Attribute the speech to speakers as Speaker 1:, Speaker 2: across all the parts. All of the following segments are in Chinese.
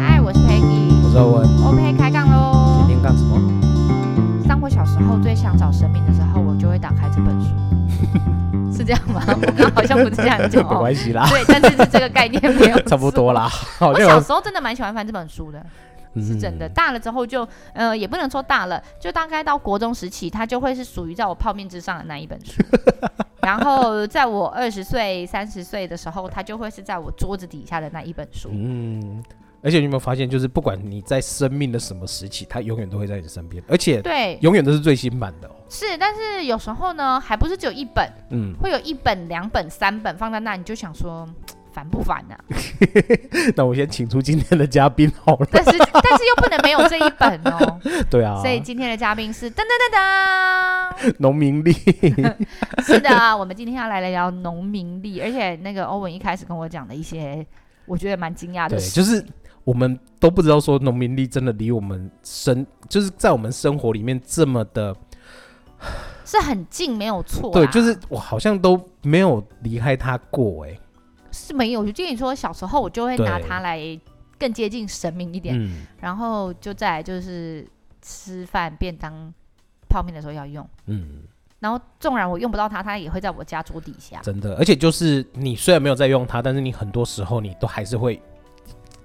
Speaker 1: 嗨，我是 Peggy，
Speaker 2: 我是阿文，
Speaker 1: OK 开杠喽
Speaker 2: 今。天干什
Speaker 1: 哦
Speaker 2: 么？
Speaker 1: 当我小时候最想找神明的时候，我就会打开这本书， 是这样吗？我刚好像不是这样讲
Speaker 2: 没
Speaker 1: 哦。
Speaker 2: 关 系啦，
Speaker 1: 对，但是是这个概念没有
Speaker 2: 差不
Speaker 1: 错。
Speaker 2: 多啦。 好
Speaker 1: 我小时候真的蛮喜欢翻这本书的，是真的。
Speaker 2: 嗯
Speaker 1: 大了之后就，呃，也不能说大了，就大概到国中时期，它就会是属于在我泡面之上的那一本 书。然后在我二十岁、三十岁的时候，它就会是在我桌子底下的那一本书。
Speaker 2: 嗯，而且你有没有发现，就是不管你在生命的什么时期，它永远都会在你身边，而且
Speaker 1: 对，
Speaker 2: 永远都是最新版的、哦。
Speaker 1: 是，但是有时候呢，还不是只有一本，
Speaker 2: 嗯，
Speaker 1: 会有一本、两本、三本放在那，你就想说烦不烦啊？
Speaker 2: 那我先请出今天的嘉宾好了。
Speaker 1: 但是但是又不能没有这一本 哦。
Speaker 2: 对啊
Speaker 1: 所，以今天的嘉宾是噔噔噔
Speaker 2: 农民历
Speaker 1: 噔，是的，我们今天要来聊聊农民历，而且那个欧文一开始跟我讲的一些，我觉得蛮惊讶
Speaker 2: 对，
Speaker 1: 的事。
Speaker 2: 就是我们都不知道说农民历真的离我们生，就是在我们生活里面这么的，
Speaker 1: 是很近，没有错啦。
Speaker 2: 对，就是我好像都没有离开它过哎、
Speaker 1: 是没有。我就跟你说，小时候我就会拿
Speaker 2: 对
Speaker 1: 它来更接近神明一点，
Speaker 2: 嗯
Speaker 1: 然后就再来就是吃饭、便当、泡面的时候要用。
Speaker 2: 嗯，
Speaker 1: 然后纵然我用不到它，它也会在我家桌底下。
Speaker 2: 真的，而且就是你虽然没有在用它，但是你很多时候你都还是会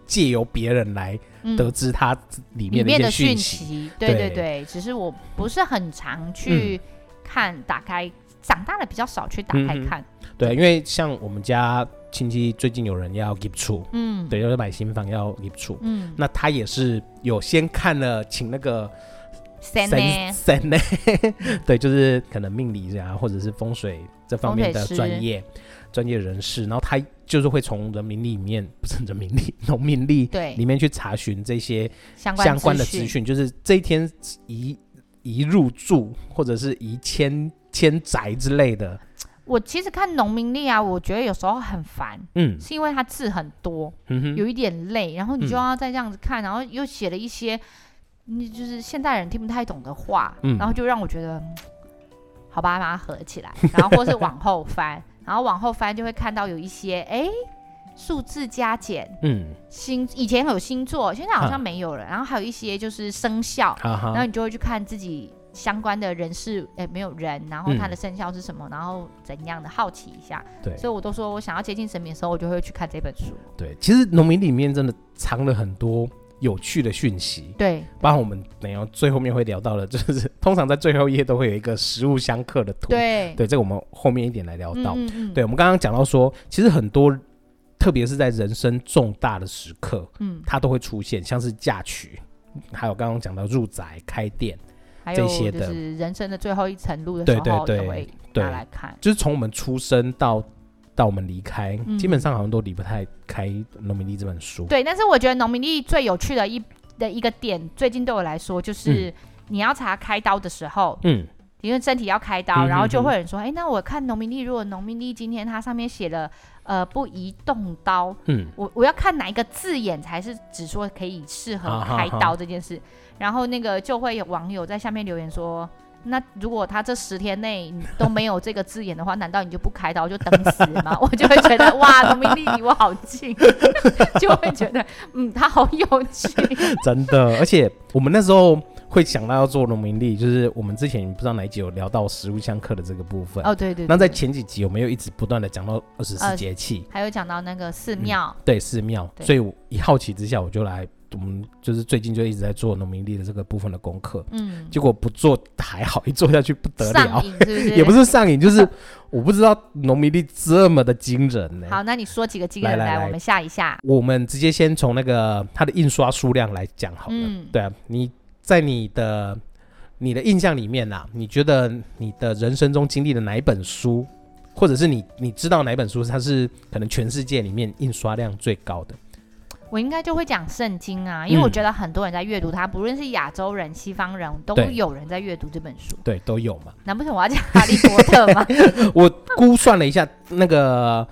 Speaker 2: 借由别人来
Speaker 1: 嗯
Speaker 2: 得知它里
Speaker 1: 里
Speaker 2: 面的一
Speaker 1: 面
Speaker 2: 些
Speaker 1: 的
Speaker 2: 讯
Speaker 1: 讯
Speaker 2: 息。
Speaker 1: 息，对对
Speaker 2: 对
Speaker 1: 对，只是我不是很常去看，打开，长大了比较少去打开
Speaker 2: 嗯哼
Speaker 1: 看，
Speaker 2: 对，因为像我们家亲戚最近有人要 give 出，
Speaker 1: 嗯，
Speaker 2: 对，要买新房要 give 出，
Speaker 1: 嗯，
Speaker 2: 那他也是有先看了，请那个
Speaker 1: 三
Speaker 2: 神
Speaker 1: 呢，
Speaker 2: 神呢， 对，就是可能命理啊，或者是风水这方面的
Speaker 1: 风水师
Speaker 2: 专业专业人士，然后他就是会从人民历里面，不是人民历，农民历
Speaker 1: 对
Speaker 2: 里面去查询这些
Speaker 1: 相关
Speaker 2: 相关的资
Speaker 1: 讯，
Speaker 2: 讯，就是这一天宜宜入住或者是宜迁迁宅之类的。
Speaker 1: 我其实看农民历啊，我觉得有时候很烦，
Speaker 2: 嗯
Speaker 1: 是因为它字很多，
Speaker 2: 嗯哼，
Speaker 1: 有一点累，然后你就
Speaker 2: 嗯
Speaker 1: 要再这样子看，然后又写了一些，你就是现代人听不太懂的话，
Speaker 2: 嗯
Speaker 1: 然后就让我觉得，嗯好吧，把它合起来， 然后或是往后翻，然后往后翻就会看到有一些，哎，数字加减，
Speaker 2: 嗯，
Speaker 1: 星以前有星座，现在好像
Speaker 2: 嗯
Speaker 1: 没有了，然后还有一些就是生肖，
Speaker 2: 哈哈，
Speaker 1: 然后你就会去看自己。相关的人事，哎，没有人，然后
Speaker 2: 嗯
Speaker 1: 他的生肖是什么，然后怎样的，好奇一下。
Speaker 2: 对
Speaker 1: 所以我都说我想要接近神明的时候，我就会去看这本书。
Speaker 2: 对，其实农民里面真的藏了很多有趣的讯息，
Speaker 1: 对，
Speaker 2: 包括我们等一下最后面会聊到的，就是 通常在最后一页都会有一个食物相克的图。，
Speaker 1: 对，
Speaker 2: 这个我们后面一点来聊到。
Speaker 1: 嗯嗯嗯
Speaker 2: 对，我们刚刚讲到说，其实很多，特别是在人生重大的时刻，
Speaker 1: 嗯，
Speaker 2: 它都会出现，像是嫁娶，还有刚刚讲到入宅、开店，
Speaker 1: 还
Speaker 2: 这
Speaker 1: 有
Speaker 2: 些
Speaker 1: 就
Speaker 2: 的
Speaker 1: 是人生的最后一层路的
Speaker 2: 对
Speaker 1: 时
Speaker 2: 对
Speaker 1: 候，
Speaker 2: 对
Speaker 1: 也会
Speaker 2: 对
Speaker 1: 拿来看。
Speaker 2: 就是从我们出生到到我们离开，
Speaker 1: 嗯
Speaker 2: 基本上好像都离不太开《农民历》这本书。
Speaker 1: 对，但是我觉得农民历最有趣的一的一个点，最近对我来说就是。你要查开刀的时候，
Speaker 2: 嗯，
Speaker 1: 因为身体要开
Speaker 2: 嗯
Speaker 1: 刀，
Speaker 2: 嗯
Speaker 1: 然后就
Speaker 2: 嗯
Speaker 1: 会有人说：“哎、那我看农民历，如果农民历今天它上面写了呃不宜动刀，
Speaker 2: 嗯，
Speaker 1: 我我要看哪一个字眼才是只说可以适合
Speaker 2: 好好
Speaker 1: 开
Speaker 2: 好
Speaker 1: 刀这件事。然后那个就会有网友在下面留言说。那如果他这十天内你都没有这个字眼的话，难道你就不开刀就等死吗？ 我就会觉得哇，农民历离我好近， 就会觉得嗯，他好有 趣。
Speaker 2: 真的，而且我们那时候会想到要做农民历，就是我们之前不知道哪一集有聊到食物相克的这个部分。
Speaker 1: 哦，对对对呃
Speaker 2: 那在前几集我们又一直不断的讲到二十四节气，
Speaker 1: 还有讲到那个寺庙，
Speaker 2: 对寺庙，
Speaker 1: 对
Speaker 2: 所以我一好奇之下我就来，我们就是最近就一直在做农民历的这个部分的功课，
Speaker 1: 嗯，
Speaker 2: 结果不做还好，一做下去不得
Speaker 1: 上
Speaker 2: 了，
Speaker 1: 瘾是不是？
Speaker 2: 也不是上瘾，就是 我不知道农民历这么的惊人呢、
Speaker 1: 好，那你说几个经验
Speaker 2: 来来
Speaker 1: 来，
Speaker 2: 来
Speaker 1: 我们下一下。
Speaker 2: 我们直接先从那个它的印刷数量来讲好了。
Speaker 1: 嗯
Speaker 2: 对啊，你在你的你的印象里面啊，你觉得你的人生中经历的哪一本书，或者是你你知道哪一本书它是可能全世界里面印刷量最高的？
Speaker 1: 我应该就会讲圣经啊，因为我
Speaker 2: 嗯
Speaker 1: 觉得很多人在阅读它，不论是亚洲人、西方人，都
Speaker 2: 对
Speaker 1: 有人在阅读这本书。
Speaker 2: 对，都有嘛。
Speaker 1: 难不成我要讲哈利波特吗？
Speaker 2: 我估算了一下，那个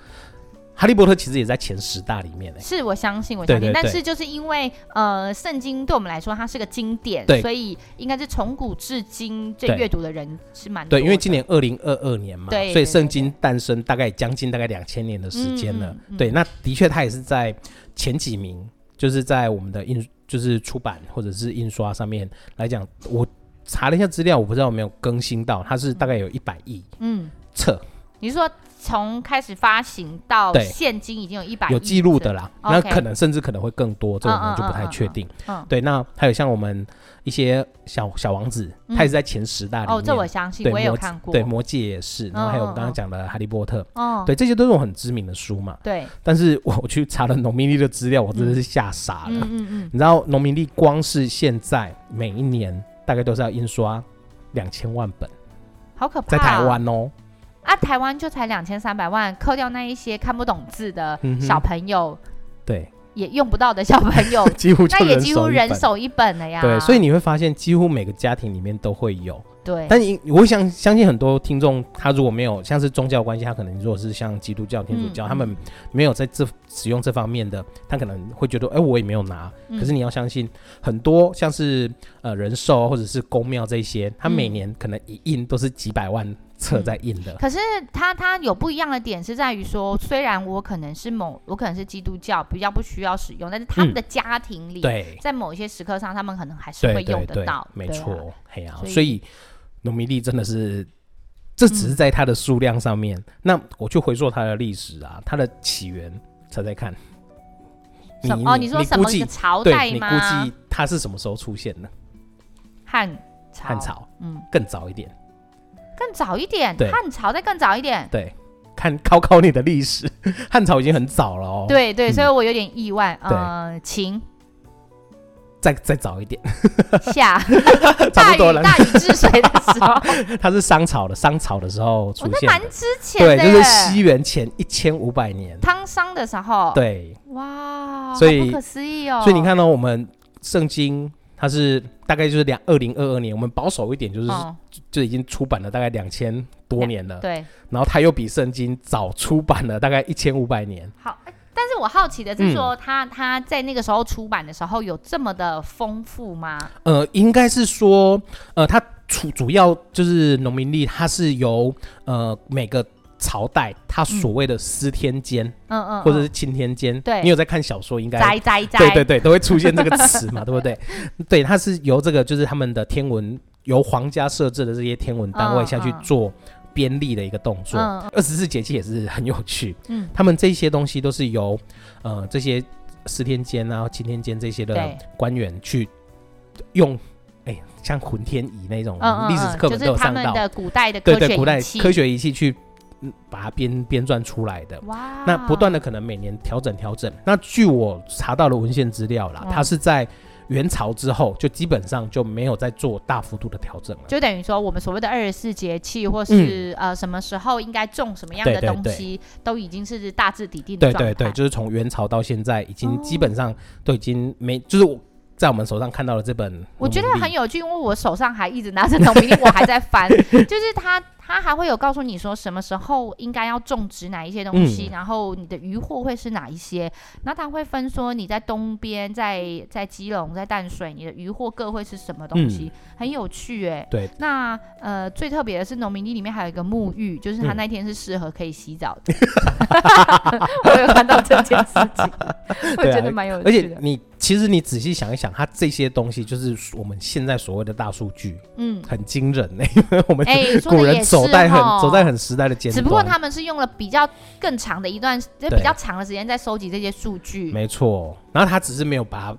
Speaker 2: 哈利波特其实也在前十大里面欸呢、
Speaker 1: 是我相信，我
Speaker 2: 对
Speaker 1: 相信，
Speaker 2: 对
Speaker 1: 但
Speaker 2: 对
Speaker 1: 是就是因为呃，圣经对我们来说它是个经典，
Speaker 2: 对
Speaker 1: 所以应该是从古至今最
Speaker 2: 对
Speaker 1: 阅读的人是蛮多
Speaker 2: 对，
Speaker 1: 的。
Speaker 2: 因为今年二零二二年嘛，
Speaker 1: 对
Speaker 2: 所
Speaker 1: 对
Speaker 2: 以圣经诞生大概将近大概两千年的时间了。
Speaker 1: 嗯嗯嗯
Speaker 2: 对，那的确它也是在前几名，就是在我们的印就是出版或者是印刷上面来讲，我查了一下资料，我不知道有没有更新到，它是大概有一百亿
Speaker 1: 嗯，
Speaker 2: 册
Speaker 1: 你是说从开始发行到
Speaker 2: 对
Speaker 1: 现今已经有一百
Speaker 2: 有记录的，啦，
Speaker 1: OK
Speaker 2: 那可能甚至可能会更多，这我
Speaker 1: 嗯嗯
Speaker 2: 们就不
Speaker 1: 嗯
Speaker 2: 太
Speaker 1: 嗯
Speaker 2: 确定。
Speaker 1: 嗯，
Speaker 2: 对，那还有像我们一些小小王子，
Speaker 1: 嗯
Speaker 2: 他也是在前十大里面。
Speaker 1: 哦，这我相信，
Speaker 2: 对
Speaker 1: 我也有
Speaker 2: 魔戒
Speaker 1: 看过，嗯
Speaker 2: 对，魔戒也是，然后还有我们刚刚讲的《哈利波特》
Speaker 1: 哦，
Speaker 2: 对，这些都是我很知名的书嘛。
Speaker 1: 对，
Speaker 2: 但是我我去查了农民历的资料，我真的是吓傻
Speaker 1: 嗯
Speaker 2: 了。
Speaker 1: 嗯嗯，
Speaker 2: 你知道农民历光是现在每一年大概都是要印刷两千万本，
Speaker 1: 好可怕、
Speaker 2: 在台湾哦，
Speaker 1: 啊，台湾就才两千三百万，扣掉那一些看不懂字的
Speaker 2: 嗯哼
Speaker 1: 小朋友，
Speaker 2: 对，
Speaker 1: 也用不到的小朋 友
Speaker 2: 几乎就
Speaker 1: 那也
Speaker 2: 人
Speaker 1: 几乎
Speaker 2: 手一
Speaker 1: 人
Speaker 2: 本。
Speaker 1: 手一本了呀。
Speaker 2: 对，所以你会发现几乎每个家庭里面都会有。
Speaker 1: 对，
Speaker 2: 但你我想相信很多听众，他如果没有像是宗教关系，他可能如果是像基督教、天主教，
Speaker 1: 嗯
Speaker 2: 他们没有在这使用这方面的，他可能会觉得，哎、我也没有拿。
Speaker 1: 嗯
Speaker 2: 可是你要相信，很多像是呃人寿啊或者是公庙这些，他
Speaker 1: 嗯嗯
Speaker 2: 每年可能一印都是几百万册在印的。
Speaker 1: 可是它它有不一样的点是在于说，虽然我可能是某我可能是基督教，比较不需要使用，但是他们
Speaker 2: 嗯
Speaker 1: 的家庭里，
Speaker 2: 对
Speaker 1: 在某一些时刻上，他们可能还是
Speaker 2: 对
Speaker 1: 会
Speaker 2: 对
Speaker 1: 用得
Speaker 2: 对
Speaker 1: 到，。
Speaker 2: 没
Speaker 1: 对啊
Speaker 2: 错，嘿呀、
Speaker 1: 所以
Speaker 2: 所以农民历真的是。这只是
Speaker 1: 嗯
Speaker 2: 在它的数量上面，那我去回溯它的历史啊，它的起源，猜猜看，你
Speaker 1: 什么哦，你说什
Speaker 2: 估
Speaker 1: 么一
Speaker 2: 计
Speaker 1: 个朝代
Speaker 2: 对你估
Speaker 1: 吗
Speaker 2: 计？它是什么时候出现的？
Speaker 1: 汉朝，
Speaker 2: 汉，朝
Speaker 1: 嗯，
Speaker 2: 更早一点，
Speaker 1: 更早一点，
Speaker 2: 对
Speaker 1: 汉朝再更早一点。
Speaker 2: 对，看考考你的历史，汉朝已经很早了哦。，
Speaker 1: 对对，
Speaker 2: 嗯
Speaker 1: 所以我有点意外。
Speaker 2: 对
Speaker 1: 呃，秦
Speaker 2: 再再早一点，
Speaker 1: 夏
Speaker 2: 差
Speaker 1: 大
Speaker 2: 不
Speaker 1: 禹
Speaker 2: 多了。
Speaker 1: 大禹治水的时 候，
Speaker 2: 它是商朝的，商朝的时候出
Speaker 1: 我哦那
Speaker 2: 现
Speaker 1: 蛮
Speaker 2: 的，
Speaker 1: 之前
Speaker 2: 对，
Speaker 1: 的
Speaker 2: 就是
Speaker 1: 耶
Speaker 2: 西元前一千五百年。
Speaker 1: 汤商的时候，，
Speaker 2: 对，
Speaker 1: 哇，
Speaker 2: 所
Speaker 1: 好
Speaker 2: 以
Speaker 1: 不可思议哦。
Speaker 2: 所以你，看到我们圣经，它是大概就是两二零二二年，我们保守一点，就是
Speaker 1: 嗯，
Speaker 2: 就已经出版了大概两千多年了。
Speaker 1: 对，
Speaker 2: 然后它又比圣经早出版了大概一千五百年。
Speaker 1: 好。哎但是我好奇的是说，他
Speaker 2: 嗯
Speaker 1: 他在那个时候出版的时候有这么的丰富吗？
Speaker 2: 呃，应该是说，呃，它主主要就是农民历，它是由呃每个朝代它所谓的司天监、
Speaker 1: 嗯嗯，
Speaker 2: 或者
Speaker 1: 嗯
Speaker 2: 是钦天监，
Speaker 1: 对
Speaker 2: 你有在看小说应该。
Speaker 1: 摘摘摘，
Speaker 2: 对对对，都会出现这个词 嘛，对不对？对，它是由这个就是他们的天文，由皇家设置的这些天文单位
Speaker 1: 嗯
Speaker 2: 下去
Speaker 1: 嗯
Speaker 2: 做编历的一个动作。
Speaker 1: 嗯嗯
Speaker 2: 二十四节气也是很有趣，
Speaker 1: 嗯
Speaker 2: 他们这些东西都是由呃这些司天监啊、钦天监这些的
Speaker 1: 对
Speaker 2: 官员去用，哎，像混天仪那种
Speaker 1: 嗯嗯，
Speaker 2: 历史
Speaker 1: 嗯
Speaker 2: 课本
Speaker 1: 就
Speaker 2: 都
Speaker 1: 是
Speaker 2: 有
Speaker 1: 他
Speaker 2: 上
Speaker 1: 们
Speaker 2: 到，
Speaker 1: 的古代的
Speaker 2: 对
Speaker 1: 科
Speaker 2: 对，古代
Speaker 1: 学仪
Speaker 2: 科
Speaker 1: 器，
Speaker 2: 学仪器去嗯把它编编撰出来的。
Speaker 1: 哇，
Speaker 2: 那不断的可能每年调整调整。那据我查到的文献资料啦，
Speaker 1: 嗯
Speaker 2: 它是在元朝之后就基本上就没有再做大幅度的调整了。
Speaker 1: 就等于说，我们所谓的二十四节气，或是、呃什么时候应该种什么样的
Speaker 2: 嗯对对
Speaker 1: 东
Speaker 2: 对
Speaker 1: 西，都已经是大致底定的
Speaker 2: 对
Speaker 1: 状态。
Speaker 2: 对对，就是从元朝到现在，已经
Speaker 1: 哦
Speaker 2: 基本上都已经没，就是我在我们手上看到的这本，
Speaker 1: 我觉得很。有趣，因为我手上还一直拿着农民历，我还在 翻，就是它它还会有告诉你说什么时候应该要种植哪一些东西，
Speaker 2: 嗯
Speaker 1: 然后你的渔获会是哪一些，然后它会分说你在东边、在在基隆、在淡水，你的渔获各会是什么东西，很有趣哎、
Speaker 2: 嗯对，
Speaker 1: 那呃最特别的是农民历里面还有一个沐浴，就是它
Speaker 2: 嗯
Speaker 1: 那天是适合可以洗澡 的， 我有看到这件事情，我
Speaker 2: 对啊
Speaker 1: 觉得蛮有
Speaker 2: 而
Speaker 1: 趣
Speaker 2: 且
Speaker 1: 的，
Speaker 2: 你其实你仔细想一想，它这些东西就是我们现在所谓的大数据，
Speaker 1: 嗯。
Speaker 2: 很惊人呢、因为我们
Speaker 1: 哎、说
Speaker 2: 古
Speaker 1: 的
Speaker 2: 人
Speaker 1: 也是
Speaker 2: 走在很
Speaker 1: 吼
Speaker 2: 走在很时代的尖端。
Speaker 1: 只不过他们是用了比较更长的一段，就
Speaker 2: 对
Speaker 1: 比较长的时间在收集这些数据。
Speaker 2: 没错，然后他只是没有把它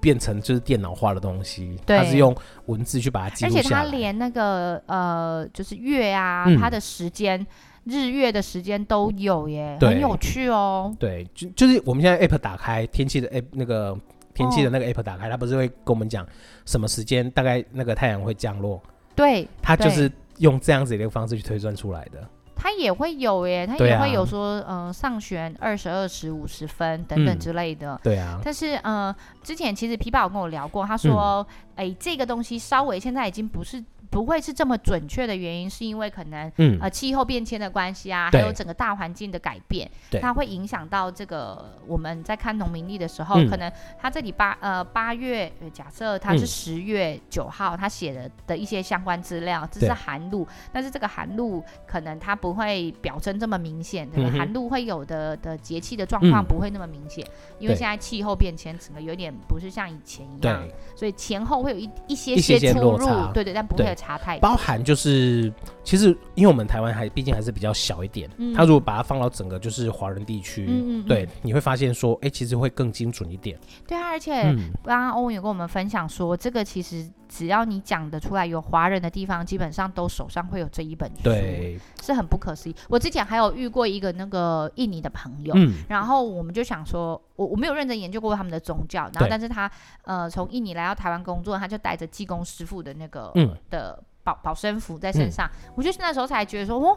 Speaker 2: 变成就是电脑化的东西，
Speaker 1: 对
Speaker 2: 他是用文字去把它记
Speaker 1: 而
Speaker 2: 录
Speaker 1: 且
Speaker 2: 下
Speaker 1: 他
Speaker 2: 来。
Speaker 1: 连那个呃，就是月啊，
Speaker 2: 嗯
Speaker 1: 它的时间、日月的时间都有耶，
Speaker 2: 对
Speaker 1: 很有趣哦。
Speaker 2: 对，就就是我们现在 app 打开天气的 app 那个天气的
Speaker 1: 哦
Speaker 2: 那个 app 打开，它不是会跟我们讲什么时间大概那个太阳会降落，
Speaker 1: 对，
Speaker 2: 它就
Speaker 1: 对
Speaker 2: 是用这样子的一个方式去推算出来的。
Speaker 1: 它也会有耶，它
Speaker 2: 对
Speaker 1: 也
Speaker 2: 啊
Speaker 1: 会有说，嗯、上旋二十二十五十分等等
Speaker 2: 嗯
Speaker 1: 之类的。
Speaker 2: 对啊，
Speaker 1: 但是，
Speaker 2: 嗯
Speaker 1: 呃，之前其实皮宝有跟我聊过，他说，哎、这个东西稍微现在已经不是不会是这么准确的原因，是因为可能
Speaker 2: 嗯，
Speaker 1: 呃气候变迁的关系啊，还
Speaker 2: 对
Speaker 1: 有整个大环境的改变
Speaker 2: 对，
Speaker 1: 它会影响到这个我们在看农民历的时候，
Speaker 2: 嗯
Speaker 1: 可能他这里八呃八月，呃假设他是
Speaker 2: 嗯
Speaker 1: 十月九号他写的的一些相关资料，这
Speaker 2: 对
Speaker 1: 是寒露，但是这个寒露可能它不会表征这么明显，对
Speaker 2: 嗯
Speaker 1: 吧？
Speaker 2: 哼
Speaker 1: 寒露会有的的节气的状况
Speaker 2: 嗯
Speaker 1: 不会那么明显，因为
Speaker 2: 对
Speaker 1: 现在气候变迁，整个有点不是像以前一样
Speaker 2: 对，
Speaker 1: 所以前后会有一一些
Speaker 2: 一些些
Speaker 1: 出
Speaker 2: 落
Speaker 1: 入
Speaker 2: 差，
Speaker 1: 对对，但不会
Speaker 2: 对
Speaker 1: 有差太多。
Speaker 2: 包含就是其实因为我们台湾还毕竟还是比较小一点，
Speaker 1: 嗯
Speaker 2: 它如果把它放到整个就是华人地区，
Speaker 1: 嗯嗯嗯
Speaker 2: 对，你会发现说，哎、其实会更精准一点，
Speaker 1: 对啊，而且
Speaker 2: 嗯，
Speaker 1: 刚刚欧文有跟我们分享说，这个其实只要你讲得出来有华人的地方，基本上都手上会有这一本书，，
Speaker 2: 对，
Speaker 1: 是很不可思议。我之前还有遇过一个那个印尼的朋友，
Speaker 2: 嗯，
Speaker 1: 然后我们就想说，我我没有认真研究过他们的宗教，然后
Speaker 2: 对
Speaker 1: 但是他呃从印尼来到台湾工作，他就带着济公师傅的那个、
Speaker 2: 嗯
Speaker 1: 的保保身符在身上，我就那时候才觉得说，哦，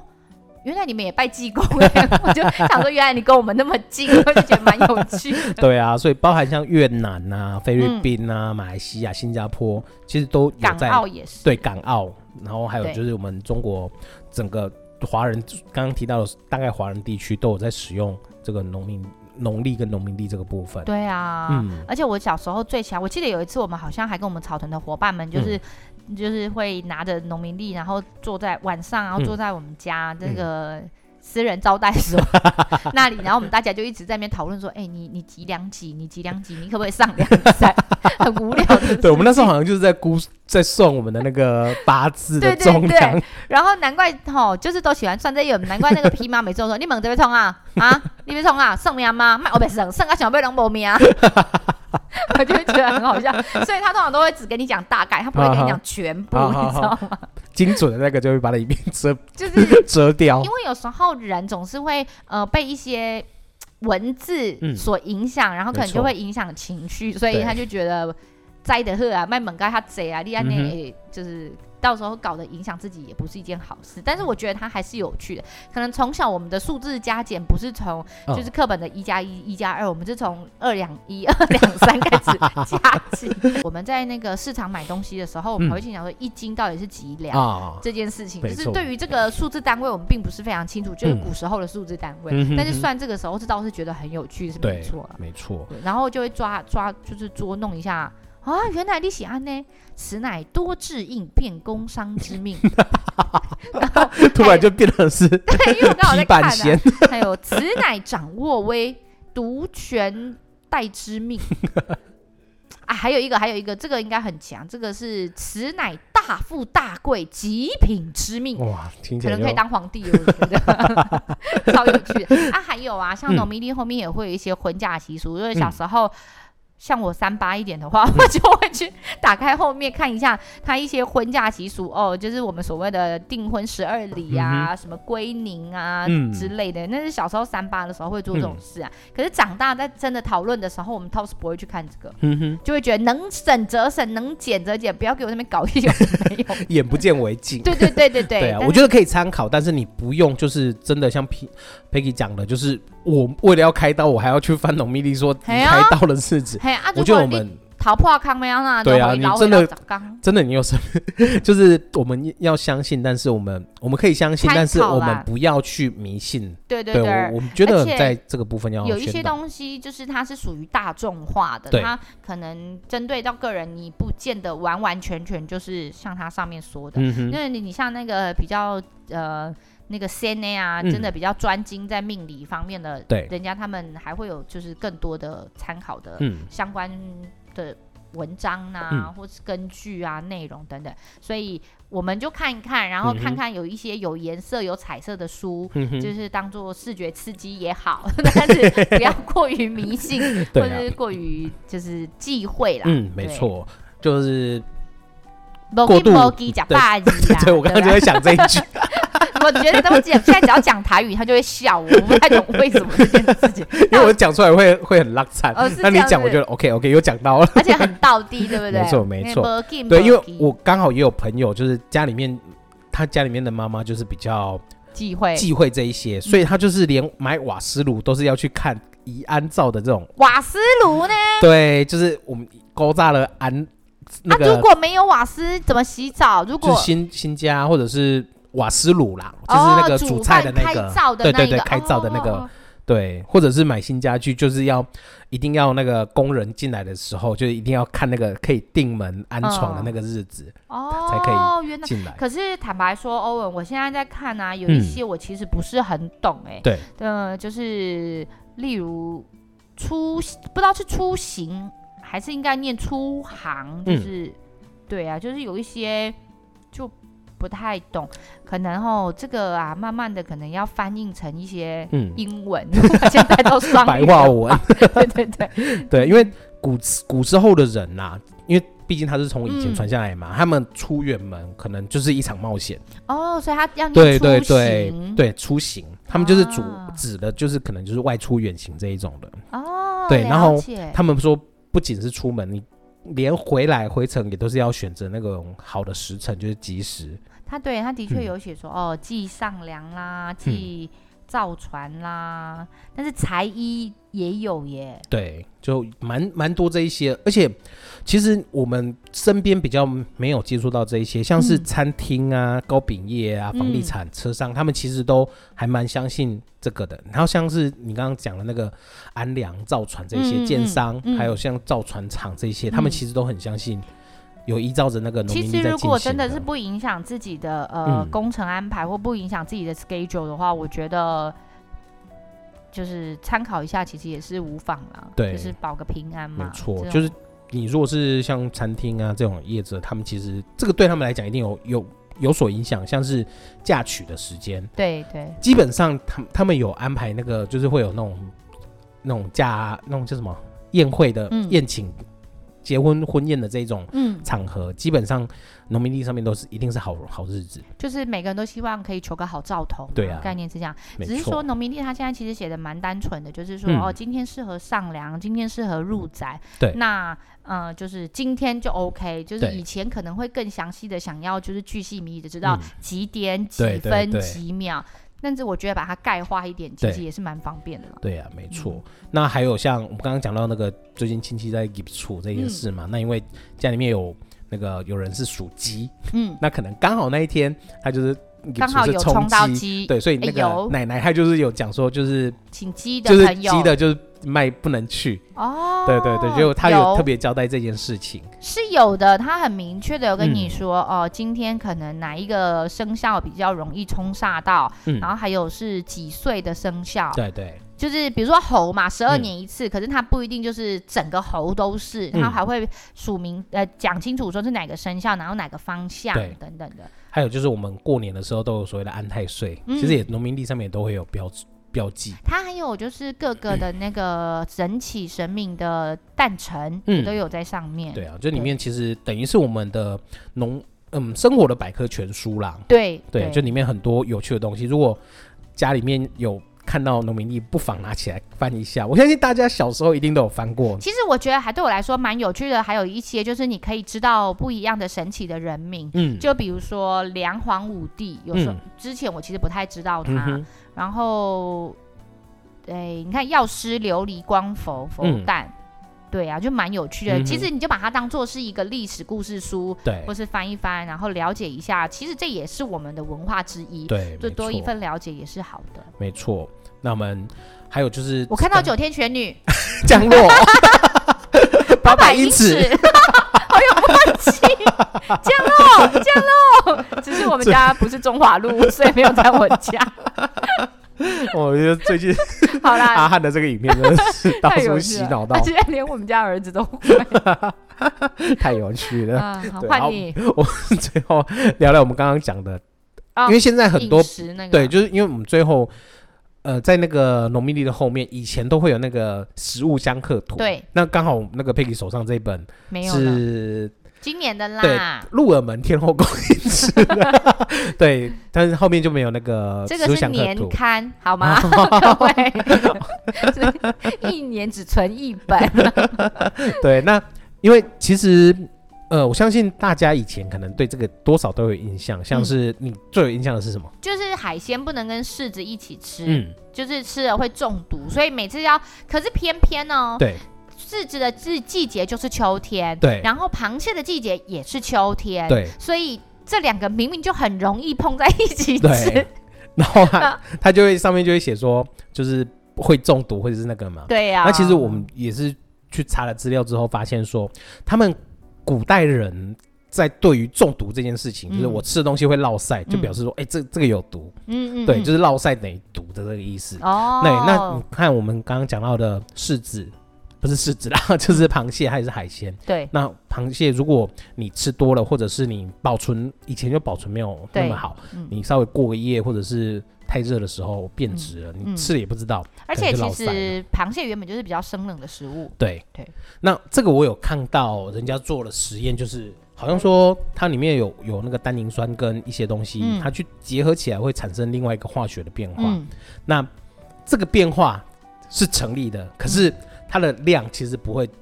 Speaker 1: 原来你们也拜济公、欸， 我就想说原来你跟我们那么近，我就觉得蛮有趣的。
Speaker 2: 对啊，所以包含像越南啊、菲律宾啊、马来西亚、新加坡，其实都有
Speaker 1: 嗯港
Speaker 2: 在
Speaker 1: 澳也是，
Speaker 2: 对港澳，然后还有
Speaker 1: 对
Speaker 2: 就是我们中国整个华人刚刚提到的，大概华人地区都有在使用这个农民农历跟农民历这个部分。
Speaker 1: 对啊，
Speaker 2: 嗯，
Speaker 1: 而且我小时候最强，我记得有一次我们好像还跟我们草屯的伙伴们，
Speaker 2: 嗯
Speaker 1: 就是、就是会拿着农民历，然后坐在晚上，然后
Speaker 2: 嗯
Speaker 1: 坐在我们家这个。私人招待 所那里，然后我们大家就一直在那边讨论说：“哎、你你几两几？你几两几？你可不可以上两三？”很无聊的。
Speaker 2: 对，我们那时候好像就是在估在算我们的那个八字的
Speaker 1: 对对
Speaker 2: 中
Speaker 1: 对
Speaker 2: 央，
Speaker 1: 然后难怪吼，就是都喜欢算这个，难怪那个皮妈每次都说：“你猛这边冲啊啊，你别冲啊，剩命吗？卖我别剩，剩个小贝龙没命啊。” 我就觉得很好笑，所以他通常都会只跟你讲大概，他不会跟你讲全部，
Speaker 2: 好 好
Speaker 1: 你知道吗？
Speaker 2: 精准的那个就会把它一边遮
Speaker 1: 就是因
Speaker 2: 遮掉。
Speaker 1: 为有时候人总是会呃被一些文字
Speaker 2: 嗯
Speaker 1: 所影响，然后可能
Speaker 2: 没错
Speaker 1: 就会影响情绪，所以
Speaker 2: 对
Speaker 1: 他就觉得摘的喝啊，卖猛该他贼啊，利安
Speaker 2: 嗯哼
Speaker 1: 内就是到时候搞得影响自己也不是一件好事。但是我觉得它还是有趣的，可能从小我们的数字加减不是从
Speaker 2: 嗯
Speaker 1: 就是课本的一加一、一加二，我们是从二两一、 二两三开始加 起。我们在那个市场买东西的时候，我们
Speaker 2: 嗯
Speaker 1: 还会心想说一斤到底是几两。
Speaker 2: 啊，
Speaker 1: 这件事情，就
Speaker 2: 没
Speaker 1: 是
Speaker 2: 错
Speaker 1: 对于这个数字单位，我们并不是非常清楚，就是
Speaker 2: 嗯
Speaker 1: 古时候的数字单位。
Speaker 2: 嗯哼
Speaker 1: 但是
Speaker 2: 哼
Speaker 1: 算这个时候，这倒是觉得很有趣，是没
Speaker 2: 对
Speaker 1: 错啦。
Speaker 2: 没 错，
Speaker 1: 对然后就会抓抓，就是捉弄一下啊，原来你喜欢呢，此乃多智应变工商之 命。
Speaker 2: 突然就变成是
Speaker 1: 对，因为我刚好在
Speaker 2: 批
Speaker 1: 看、
Speaker 2: 半仙
Speaker 1: 啊，，还有此乃掌握威，独权代之 命。啊，还有一个，还有一个，这个应该很强，这个是此乃大富大贵极品之命。
Speaker 2: 哇，听
Speaker 1: 嗯
Speaker 2: 起
Speaker 1: 可
Speaker 2: 来
Speaker 1: 能
Speaker 2: 就
Speaker 1: 可以当皇帝，我觉得 超有趣的啊！还有啊，像
Speaker 2: 嗯
Speaker 1: 农民历后面也会有一些婚嫁习俗，就是小时候。像我三八一点的话，
Speaker 2: 嗯
Speaker 1: 我就会去打开后面看一下他一些婚嫁习俗哦，就是我们所谓的订婚十二礼啊，什么归宁啊、
Speaker 2: 嗯
Speaker 1: 之类的。那是小时候三八的时候会做这种事啊。可是长大在真的讨论的时候，我们倒是不会去看这个，
Speaker 2: 嗯哼，
Speaker 1: 就会觉得能省则省，能减则减，不要给我那边搞一有的没 有。
Speaker 2: 眼不见为净。
Speaker 1: 对对对对对，
Speaker 2: 对啊，
Speaker 1: 但
Speaker 2: 我觉得可以参考，但是你不用就是真的像 P Peggy 讲的，就是我为了要开刀，我还要去翻农密 历说你
Speaker 1: 哎呀
Speaker 2: 开刀的日子。
Speaker 1: 嘿啊，
Speaker 2: 我
Speaker 1: 如
Speaker 2: 觉
Speaker 1: 果
Speaker 2: 得我
Speaker 1: 你
Speaker 2: 们
Speaker 1: 逃破康没样啊？
Speaker 2: 对啊
Speaker 1: 就回
Speaker 2: 你
Speaker 1: 老
Speaker 2: 真的
Speaker 1: 回到早刚
Speaker 2: 真的你有什么， 就是我们要相信，但是我们我们可以相信，
Speaker 1: 参考啦
Speaker 2: 但是我们不要去迷信。
Speaker 1: 对对
Speaker 2: 对我，我们觉
Speaker 1: 而
Speaker 2: 得
Speaker 1: 且
Speaker 2: 在这个部分要
Speaker 1: 有一些
Speaker 2: 宣导
Speaker 1: 东西就是它是属于大众化的，
Speaker 2: 对
Speaker 1: 它可能针对到个人，你不见得完完全全就是像它上面说的，
Speaker 2: 嗯
Speaker 1: 因
Speaker 2: 哼，
Speaker 1: 为你你像那个比较呃。那个 CNA 啊，
Speaker 2: 嗯
Speaker 1: 真的比较专精在命理方面的，
Speaker 2: 对
Speaker 1: 人家他们还会有就是更多的参考的
Speaker 2: 嗯，
Speaker 1: 相关的文章呐、
Speaker 2: 嗯
Speaker 1: 或是根据啊、内容等等，所以我们就看一看，然后
Speaker 2: 嗯哼
Speaker 1: 看看有一些有颜色、有彩色的书。
Speaker 2: 嗯哼，
Speaker 1: 就是当做视觉刺激也好， 但是不要过于迷信，或 者
Speaker 2: 对
Speaker 1: 是
Speaker 2: 啊，
Speaker 1: 过于就是忌讳啦。
Speaker 2: 嗯，没
Speaker 1: 对
Speaker 2: 错，就是
Speaker 1: 没
Speaker 2: 过
Speaker 1: 忌
Speaker 2: 度
Speaker 1: 没忌假霸气啦
Speaker 2: 对我刚刚就
Speaker 1: 对啊
Speaker 2: 在想这一句，
Speaker 1: 吧我觉得他们讲现在只要讲台语，他就会笑我，我不太懂为什么这件事 情，
Speaker 2: 因为我讲出来会会很拉惨
Speaker 1: 啊哦是，
Speaker 2: 那
Speaker 1: 这
Speaker 2: 你
Speaker 1: 样
Speaker 2: 讲我
Speaker 1: 子
Speaker 2: 觉得 OK OK 有讲到了。
Speaker 1: 而且很道地，对不对？
Speaker 2: 没错没错
Speaker 1: 没忌
Speaker 2: 对，
Speaker 1: 没
Speaker 2: 因为
Speaker 1: 忌
Speaker 2: 我刚好也有朋友，就是家里面他家里面的妈妈就是比较
Speaker 1: 忌讳
Speaker 2: 忌讳这一些，所以他就是连买瓦斯炉都是要去看宜安照的这种，
Speaker 1: 瓦斯炉呢。
Speaker 2: 对，就是我们勾炸了安那
Speaker 1: 啊，如
Speaker 2: 个
Speaker 1: 果没有瓦斯，怎么洗澡？如
Speaker 2: 就
Speaker 1: 果
Speaker 2: 是新新家或者是瓦斯炉啦，就是
Speaker 1: 哦
Speaker 2: 那个
Speaker 1: 煮
Speaker 2: 煮菜
Speaker 1: 饭
Speaker 2: 的那
Speaker 1: 开
Speaker 2: 个，
Speaker 1: 灶的
Speaker 2: 对
Speaker 1: 那
Speaker 2: 对
Speaker 1: 一
Speaker 2: 对，
Speaker 1: 个
Speaker 2: 开灶的那
Speaker 1: 哦哦
Speaker 2: 个
Speaker 1: 哦，
Speaker 2: 对，或者是买新家具，就是要一定要那个工人进来的时候，就是一定要看那个可以定门安床的那个日子
Speaker 1: 哦，
Speaker 2: 才可以
Speaker 1: 原来。
Speaker 2: 进来。
Speaker 1: 嗯可是坦白说，欧文，我现在在看啊，有一些我其实不是很懂哎、
Speaker 2: 对，
Speaker 1: 呃，就是例如出，不知道是出行还是应该念出行，就
Speaker 2: 嗯
Speaker 1: 是、对啊，就是有一些就不太懂，可能哦这个啊，慢慢的可能要翻译成一些
Speaker 2: 嗯，
Speaker 1: 英文，现在都双
Speaker 2: 白
Speaker 1: 语
Speaker 2: 话
Speaker 1: 了
Speaker 2: 文，
Speaker 1: 对对对，
Speaker 2: 对，因为古古时候的人呐、因为毕竟他是从以前
Speaker 1: 嗯
Speaker 2: 传下来嘛，他们出远门可能就是一场冒险。
Speaker 1: 哦，所以他要念
Speaker 2: 对对
Speaker 1: 出
Speaker 2: 对
Speaker 1: 行
Speaker 2: 对，出行，他们就是主、
Speaker 1: 啊
Speaker 2: 指的就是可能就是外出远行这一种的。
Speaker 1: 哦，
Speaker 2: 对然后
Speaker 1: 了解
Speaker 2: 他们说不仅是出门，你连回来回程也都是要选择那种好的时辰，就是及时。
Speaker 1: 他对他的确
Speaker 2: 嗯
Speaker 1: 有写说、哦，记上梁啦，记造船啦，但是裁衣也有耶。
Speaker 2: 对，就蛮蛮多这一些，而且其实我们身边比较没有接触到这一些，像是
Speaker 1: 嗯
Speaker 2: 餐厅啊、糕饼业啊、房地
Speaker 1: 嗯
Speaker 2: 产、车商，他们其实都还蛮相信这个的。然后像是你刚刚讲的那个安良造船这
Speaker 1: 嗯
Speaker 2: 些
Speaker 1: 嗯
Speaker 2: 建商，
Speaker 1: 嗯
Speaker 2: 还有像造船厂这些，他们
Speaker 1: 嗯
Speaker 2: 其实都很相信，有依照着那个农
Speaker 1: 其
Speaker 2: 民
Speaker 1: 实
Speaker 2: 力在
Speaker 1: 如果
Speaker 2: 进
Speaker 1: 真
Speaker 2: 行
Speaker 1: 的是不影响自己的呃、
Speaker 2: 嗯
Speaker 1: 工程安排或不影响自己的 schedule 的话，我觉得就是参考一下，其实也是无妨啦。
Speaker 2: 对
Speaker 1: 就是保个平安嘛。
Speaker 2: 没错
Speaker 1: 嗯这，
Speaker 2: 就是
Speaker 1: 种
Speaker 2: 你如果是像餐厅啊这种业者，他们其实这个对他们来讲一定有有有所影响，像是嫁娶的时间，
Speaker 1: 对对，
Speaker 2: 基本上他们他们有安排那个，就是会有那种那种嫁那种叫什么宴会的、
Speaker 1: 嗯
Speaker 2: 宴请、结婚婚宴的这种
Speaker 1: 嗯，
Speaker 2: 场合，基本上农民地上面都是一定是好好日子，
Speaker 1: 就是每个人都希望可以求个好兆头嘛。
Speaker 2: 对啊
Speaker 1: 概念是这样。
Speaker 2: 没
Speaker 1: 只是说
Speaker 2: 错，
Speaker 1: 农民地，它现在其实写的蛮单纯的，就是说、
Speaker 2: 嗯
Speaker 1: 哦，今天适合上梁，今天适合入宅。
Speaker 2: 对
Speaker 1: 那呃，就是今天就 OK，就是
Speaker 2: 对
Speaker 1: 以前可能会更详细的想要就是巨细靡遗的知道
Speaker 2: 嗯
Speaker 1: 几点、
Speaker 2: 对
Speaker 1: 几
Speaker 2: 对
Speaker 1: 分、
Speaker 2: 对
Speaker 1: 几秒，但是我觉得把它概化一点，其
Speaker 2: 对
Speaker 1: 实也是蛮方便的嘛。
Speaker 2: 对啊，没错。那还有像我们刚刚讲到那个最近亲戚在给处这件事嘛，那因为家里面有那个有人是属鸡，
Speaker 1: 嗯，
Speaker 2: 那可能刚好那一天他就是
Speaker 1: 刚好有冲到
Speaker 2: 鸡，
Speaker 1: 鸡，
Speaker 2: 对，所以那
Speaker 1: 哎
Speaker 2: 个
Speaker 1: 有
Speaker 2: 奶奶她就是有讲说，就是
Speaker 1: 请鸡的
Speaker 2: 就是
Speaker 1: 朋友
Speaker 2: 鸡的，就是卖不能去，
Speaker 1: 哦，
Speaker 2: 对对对，就她有
Speaker 1: 有
Speaker 2: 特别交代这件事情，
Speaker 1: 是有的，他很明确的有跟你
Speaker 2: 嗯
Speaker 1: 说，哦、今天可能哪一个生肖比较容易冲煞到，
Speaker 2: 嗯
Speaker 1: 然后还有是几岁的生肖，
Speaker 2: 对对
Speaker 1: 就是比如说猴嘛，十二
Speaker 2: 嗯
Speaker 1: 年一次，可是它不一定就是整个猴都是，
Speaker 2: 嗯
Speaker 1: 它还会署名呃讲清楚说是哪个生肖，然后哪个方向
Speaker 2: 对
Speaker 1: 等等的。
Speaker 2: 还有就是我们过年的时候都有所谓的安太岁，
Speaker 1: 嗯
Speaker 2: 其实也农民地上面也都会有标标记，
Speaker 1: 它还有就是各个的那个神启神明的诞辰、
Speaker 2: 嗯
Speaker 1: 也都有在上面。
Speaker 2: 对啊，这里面其实等于是我们的农嗯生活的百科全书啦，
Speaker 1: 对
Speaker 2: 对，就里面很多有趣的东西。如果家里面有看到农民历，不妨拿起来翻一下。我相信大家小时候一定都有翻过。
Speaker 1: 其实我觉得还对我来说蛮有趣的，还有一些就是你可以知道不一样的神奇的人名，
Speaker 2: 嗯，
Speaker 1: 就比如说梁皇武帝，有时候、
Speaker 2: 嗯
Speaker 1: 之前我其实不太知道他，
Speaker 2: 嗯哼，
Speaker 1: 然后，哎，你看药师琉璃光佛佛
Speaker 2: 嗯
Speaker 1: 诞，对啊，就蛮有趣的。
Speaker 2: 嗯哼
Speaker 1: 其实你就把它当做是一个历史故事书，
Speaker 2: 对
Speaker 1: 或是翻一翻，然后了解一下，其实这也是我们的文化之一，
Speaker 2: 对，
Speaker 1: 就
Speaker 2: 没
Speaker 1: 多一
Speaker 2: 错
Speaker 1: 份了解也是好的。
Speaker 2: 没错。那我们还有就是，
Speaker 1: 我看到九天玄女
Speaker 2: 降落八百英
Speaker 1: 英 哎
Speaker 2: 尺，，
Speaker 1: 好有默契，降落降落，只是我们家不是中华路，所以没有在我家。
Speaker 2: 我觉得 最近
Speaker 1: 好 啦，
Speaker 2: 阿汉的这个影片真的是到
Speaker 1: 太有
Speaker 2: 处
Speaker 1: 趣
Speaker 2: 洗
Speaker 1: 了啊
Speaker 2: 脑到
Speaker 1: 而，且连我们家儿子 都会。
Speaker 2: 太有趣了。
Speaker 1: 嗯，好，
Speaker 2: 对啊
Speaker 1: 换
Speaker 2: 好
Speaker 1: 你。
Speaker 2: 最后聊聊我们刚刚讲的，
Speaker 1: 啊
Speaker 2: 因为现在很多
Speaker 1: 饮食那个
Speaker 2: 对，就是因为我们最后，呃，在那个农民历的后面，以前都会有那个食物相克图。，
Speaker 1: 对，
Speaker 2: 那刚好那个 Peggy 手上这一本
Speaker 1: 没有了，
Speaker 2: 是
Speaker 1: 今年的
Speaker 2: 对
Speaker 1: 啦。
Speaker 2: 鹿耳门天后宫 饮食的， 对，但是后面就没有那个
Speaker 1: 这
Speaker 2: 食
Speaker 1: 个
Speaker 2: 物
Speaker 1: 是
Speaker 2: 相克
Speaker 1: 年
Speaker 2: 图。
Speaker 1: 刊 好吗？ 各位，一年只存一 本。
Speaker 2: 对，那因为其实。呃，我相信大家以前可能对这个多少都有印象，像
Speaker 1: 嗯
Speaker 2: 是你最有印象的是什么？
Speaker 1: 就是海鲜不能跟柿子一起吃，
Speaker 2: 嗯，
Speaker 1: 就是吃了会中毒，所以每次要，可是偏偏呢，哦
Speaker 2: 对，
Speaker 1: 柿子的季季节就是秋天，
Speaker 2: 对
Speaker 1: 然后螃蟹的季节也是秋天，，
Speaker 2: 对
Speaker 1: 所以这两个明明就很容易碰在一起
Speaker 2: 对
Speaker 1: 吃，，
Speaker 2: 然后 他他就会上面就会写说，就是会中毒或者是那个嘛。
Speaker 1: 对呀、
Speaker 2: 那其实我们也是去查了资料之后，发现说他们古代人在对于中毒这件事情，就是
Speaker 1: 嗯
Speaker 2: 我吃的东西会落塞，就
Speaker 1: 嗯
Speaker 2: 表示说，哎、这这个有毒，
Speaker 1: 嗯嗯
Speaker 2: 对，
Speaker 1: 嗯
Speaker 2: 就是落塞等于毒的这个意思。
Speaker 1: 哦，
Speaker 2: 那那你看我们刚刚讲到的柿子，不是柿子啦， 就是螃蟹还是海鲜。
Speaker 1: 对
Speaker 2: 那螃蟹如果你吃多了，或者是你保存以前就保存没有那
Speaker 1: 对
Speaker 2: 么好，
Speaker 1: 嗯
Speaker 2: 你稍微过个夜或者是太热的时候变质了，你
Speaker 1: 嗯
Speaker 2: 吃了也不知道。
Speaker 1: 而
Speaker 2: 可
Speaker 1: 且
Speaker 2: 能就
Speaker 1: 其
Speaker 2: 老塞
Speaker 1: 实螃蟹原本就是比较生冷的食物，
Speaker 2: 对
Speaker 1: 对，
Speaker 2: 那这个我有看到人家做了实验，就是好像说它里面有有那个单宁酸跟一些东西，
Speaker 1: 嗯
Speaker 2: 它去结合起来会产生另外一个化学的变化。
Speaker 1: 嗯，
Speaker 2: 那这个变化是成立的，可是它的量其实不会对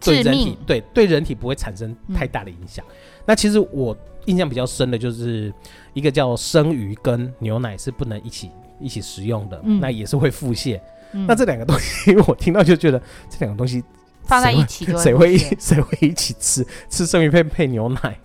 Speaker 1: 致
Speaker 2: 人体
Speaker 1: 命，嗯
Speaker 2: 对对人体不会产生太大的影响。那其实我印象比较深的就是一个叫生鱼跟牛奶是不能一起一起食用的，
Speaker 1: 嗯
Speaker 2: 那也是会腹泻。
Speaker 1: 嗯
Speaker 2: 那这两个东西 我听到就觉得这两个东西
Speaker 1: 放在
Speaker 2: 谁会
Speaker 1: 一起就
Speaker 2: 谁会一
Speaker 1: 出现
Speaker 2: 谁会一起吃吃生鱼片配牛奶？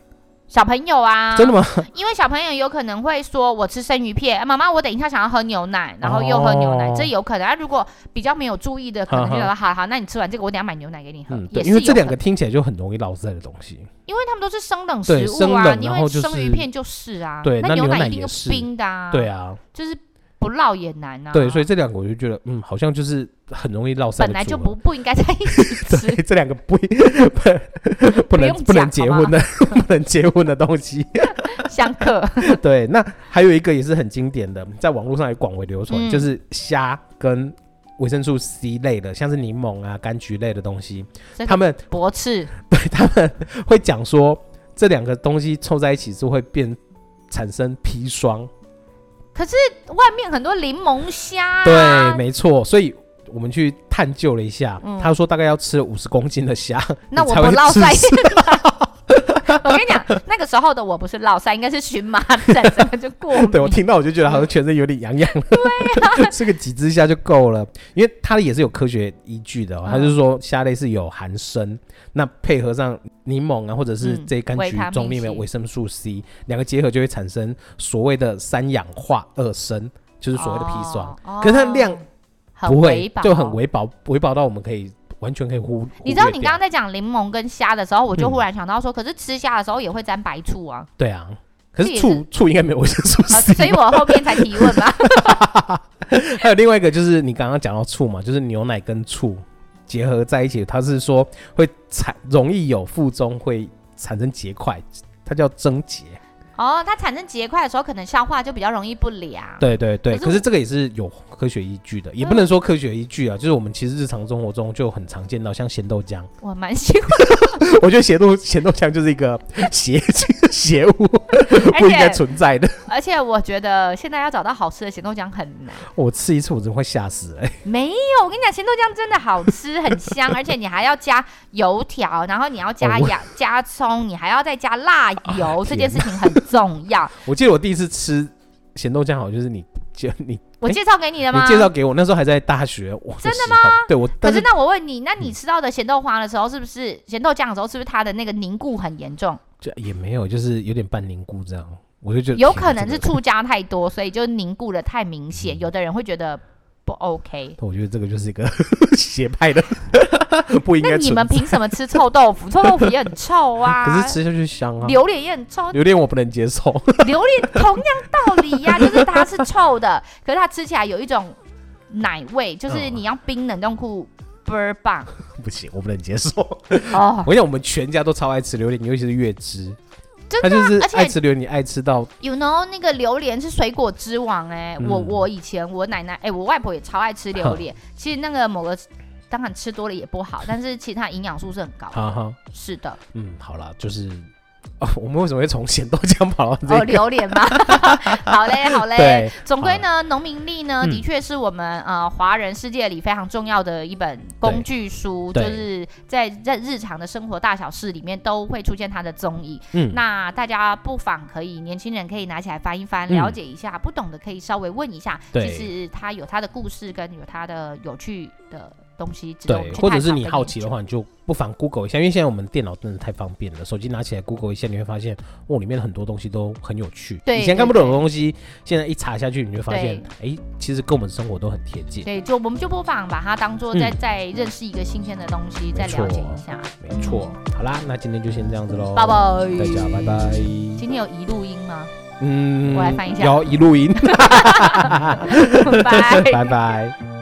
Speaker 1: 小朋友啊，
Speaker 2: 真的吗？
Speaker 1: 因为小朋友有可能会说，我吃生鱼片，啊妈妈，我等一下想要喝牛奶，然后又喝牛奶，
Speaker 2: 哦
Speaker 1: 这有可能。啊，如果比较没有注意的，可能就
Speaker 2: 哈哈
Speaker 1: 觉得好好，那你吃完这个，我等一下买牛奶给你喝。
Speaker 2: 嗯，对，
Speaker 1: 也是
Speaker 2: 因为这
Speaker 1: 有可
Speaker 2: 两个
Speaker 1: 能，
Speaker 2: 听起来就很容易落塞的东西。
Speaker 1: 因为他们都是生冷
Speaker 2: 对
Speaker 1: 食物啊，
Speaker 2: 生冷
Speaker 1: 因
Speaker 2: 然后
Speaker 1: 为
Speaker 2: 就是
Speaker 1: 生鱼片就是啊，
Speaker 2: 对那
Speaker 1: 那牛
Speaker 2: 牛奶
Speaker 1: 一定
Speaker 2: 也
Speaker 1: 是
Speaker 2: 是
Speaker 1: 冰的啊，
Speaker 2: 对，啊，
Speaker 1: 就是不烙也难啊，
Speaker 2: 对，所以这两个我就觉得，嗯，好像就是很容易落塞的
Speaker 1: 本来就
Speaker 2: 组合
Speaker 1: 不不应该在一起吃
Speaker 2: 对，这两个不不不
Speaker 1: 不
Speaker 2: 能
Speaker 1: 用
Speaker 2: 不能
Speaker 1: 讲
Speaker 2: 结
Speaker 1: 好吗
Speaker 2: 婚的 不能结婚的东西。
Speaker 1: 相克，
Speaker 2: 对，那还有一个也是很经典的，在网络上也广为流传，
Speaker 1: 嗯
Speaker 2: 就是虾跟维生素 C 类的，像是柠檬啊、柑橘类的东西，
Speaker 1: 这个
Speaker 2: 他们
Speaker 1: 驳斥，
Speaker 2: 对他们会讲说这两个东西凑在一起是会变。产生砒霜，
Speaker 1: 外面很多柠檬虾、啊，
Speaker 2: 对，，没错，所以我们去探究了一下，
Speaker 1: 嗯
Speaker 2: 他说大概要吃五十公斤的虾，
Speaker 1: 那
Speaker 2: 你
Speaker 1: 我
Speaker 2: 才
Speaker 1: 不
Speaker 2: 会
Speaker 1: 落
Speaker 2: 吃
Speaker 1: 塞。 我跟你讲，那个时候的我不是落塞，应该是荨麻疹，整个就过敏。
Speaker 2: 对我听到我就觉得好像全身有点 痒痒的，
Speaker 1: 啊
Speaker 2: 吃个几只虾就够了，因为它也是有科学依据的、
Speaker 1: 嗯
Speaker 2: 哦，它就是说虾类是有含砷，那配合上柠檬啊或者是
Speaker 1: 嗯
Speaker 2: 这柑
Speaker 1: 维
Speaker 2: 橘
Speaker 1: 他命
Speaker 2: 中里面
Speaker 1: C
Speaker 2: 有维生素 C，两个结合就会产生所谓的三氧化二砷，就是所谓的砒霜，
Speaker 1: 哦，
Speaker 2: 可是它的量
Speaker 1: 很
Speaker 2: 不会
Speaker 1: 微薄
Speaker 2: 就很。微薄，微薄到我们可以完全可以忽。
Speaker 1: 你知道
Speaker 2: 忽略
Speaker 1: 你刚刚
Speaker 2: 掉
Speaker 1: 在讲柠檬跟虾的时候，我就
Speaker 2: 嗯
Speaker 1: 忽然想到说，可是吃虾的时候也会沾白醋 啊，
Speaker 2: 对啊，可
Speaker 1: 这
Speaker 2: 是
Speaker 1: 也
Speaker 2: 醋醋应该没有维生素
Speaker 1: 啊
Speaker 2: C，
Speaker 1: 所以我后面才提问嘛。
Speaker 2: 还有另外一个就是你刚刚讲到醋嘛，就是牛奶跟醋结合在一起，它是说会产容易有腹中会产生结块，它叫蒸结。
Speaker 1: 哦，它产生结块的时候，可能消化就比较容易不良。
Speaker 2: 对对对，
Speaker 1: 啊可是
Speaker 2: 可是这个也是有科学依据的，也不能说科学依据啊，就是我们其实日常生活中就很常见到，像咸豆浆，
Speaker 1: 我蛮喜欢，
Speaker 2: 我觉得咸豆咸豆浆就是一个邪 邪物， 不
Speaker 1: 而
Speaker 2: 应该
Speaker 1: 且
Speaker 2: 存在的。
Speaker 1: 而且我觉得现在要找到好吃的咸豆浆很难。
Speaker 2: 我吃一次我真的会吓死哎、
Speaker 1: 没有，我跟你讲，咸豆浆真的好吃，很 香，而且你还要加油条，然后你要加
Speaker 2: 哦我
Speaker 1: 洋、加葱，你还要再加辣油，
Speaker 2: 啊
Speaker 1: 这件事情很重 要。
Speaker 2: 我记得我第一次吃咸豆浆好像就是你就你
Speaker 1: 我
Speaker 2: 哎
Speaker 1: 介绍给你的吗？
Speaker 2: 你介绍给我，那时候还在大学，我
Speaker 1: 真
Speaker 2: 的吗？对我，
Speaker 1: 可
Speaker 2: 但
Speaker 1: 是
Speaker 2: 是
Speaker 1: 那我问你，那你吃到的咸豆花的时候，是不是咸豆酱的时候，是不是它的那个凝固很严重？
Speaker 2: 就也没有，就是有点半凝固这样，我就觉得
Speaker 1: 有
Speaker 2: 天
Speaker 1: 可
Speaker 2: 啊
Speaker 1: 能是
Speaker 2: 这个
Speaker 1: 醋加太多，所以就凝固的太明
Speaker 2: 嗯
Speaker 1: 显，有的人会觉得不 OK。
Speaker 2: 我觉得这个就是一个 邪派的，不应
Speaker 1: 那
Speaker 2: 该
Speaker 1: 你
Speaker 2: 存
Speaker 1: 们
Speaker 2: 在。
Speaker 1: 凭什么吃臭豆腐？臭豆腐也很臭啊，
Speaker 2: 可是吃下去香啊，
Speaker 1: 榴莲也很臭，
Speaker 2: 榴莲我不能接受。
Speaker 1: 榴莲同样道理呀、就是它是臭的，可是它吃起来有一种奶味，就是
Speaker 2: 嗯
Speaker 1: 你要冰冷冻库倍儿棒
Speaker 2: 不行，我不能接受。
Speaker 1: 哦
Speaker 2: 我。跟你讲，我们全家都超爱吃榴莲，尤其是月枝，
Speaker 1: 真啊
Speaker 2: 他就是
Speaker 1: 而且
Speaker 2: 爱吃榴莲，你爱吃到
Speaker 1: You know 那个榴莲是水果之王哎、
Speaker 2: 嗯
Speaker 1: 我我以前我奶奶哎、我外婆也超爱吃榴莲。其实那个某个当然吃多了也不好，但是其实它营养素是很高。
Speaker 2: 哈哈，
Speaker 1: 是的，
Speaker 2: 嗯，好啦，就是、哦、我们为什么会从咸豆浆跑到这
Speaker 1: 哦，
Speaker 2: 个？
Speaker 1: 榴莲嘛， 好嘞，好嘞。
Speaker 2: 对，
Speaker 1: 总归呢，农民历呢，
Speaker 2: 嗯
Speaker 1: 的确是我们呃华人世界里非常重要的一本工具书，就
Speaker 2: 对
Speaker 1: 是在在日常的生活大小事里面都会出现它的踪影。
Speaker 2: 嗯，
Speaker 1: 那大家不妨可以，年轻人可以拿起来翻一翻，
Speaker 2: 嗯
Speaker 1: 了解一下，不懂的可以稍微问一下。
Speaker 2: 对
Speaker 1: 其实它有它的故事跟有它的有趣的东西值得我
Speaker 2: 对
Speaker 1: 们，去
Speaker 2: 或者
Speaker 1: 探
Speaker 2: 是
Speaker 1: 讨
Speaker 2: 你
Speaker 1: 跟
Speaker 2: 好
Speaker 1: 研
Speaker 2: 奇
Speaker 1: 究
Speaker 2: 的话，你就不妨 Google 一下，因为现在我们电脑真的太方便了，手机拿起来 Google 一下，你会发现，哦，里面很多东西都很有趣。
Speaker 1: 对
Speaker 2: 以前
Speaker 1: 对
Speaker 2: 看不懂的东西，现在一查下去，你就发现
Speaker 1: 对，
Speaker 2: 哎，其实跟我们生活都很贴近。
Speaker 1: 对，就我们就不妨把它当做
Speaker 2: 嗯
Speaker 1: 在在认识一个新鲜的东西，再了解一下。
Speaker 2: 没错，哦好啦，那今天就先这样子喽，
Speaker 1: 拜拜，
Speaker 2: 大家拜。拜。
Speaker 1: 今天有一录音吗？
Speaker 2: 嗯，
Speaker 1: 我来翻一下
Speaker 2: 要一录音，
Speaker 1: 拜。
Speaker 2: 拜拜。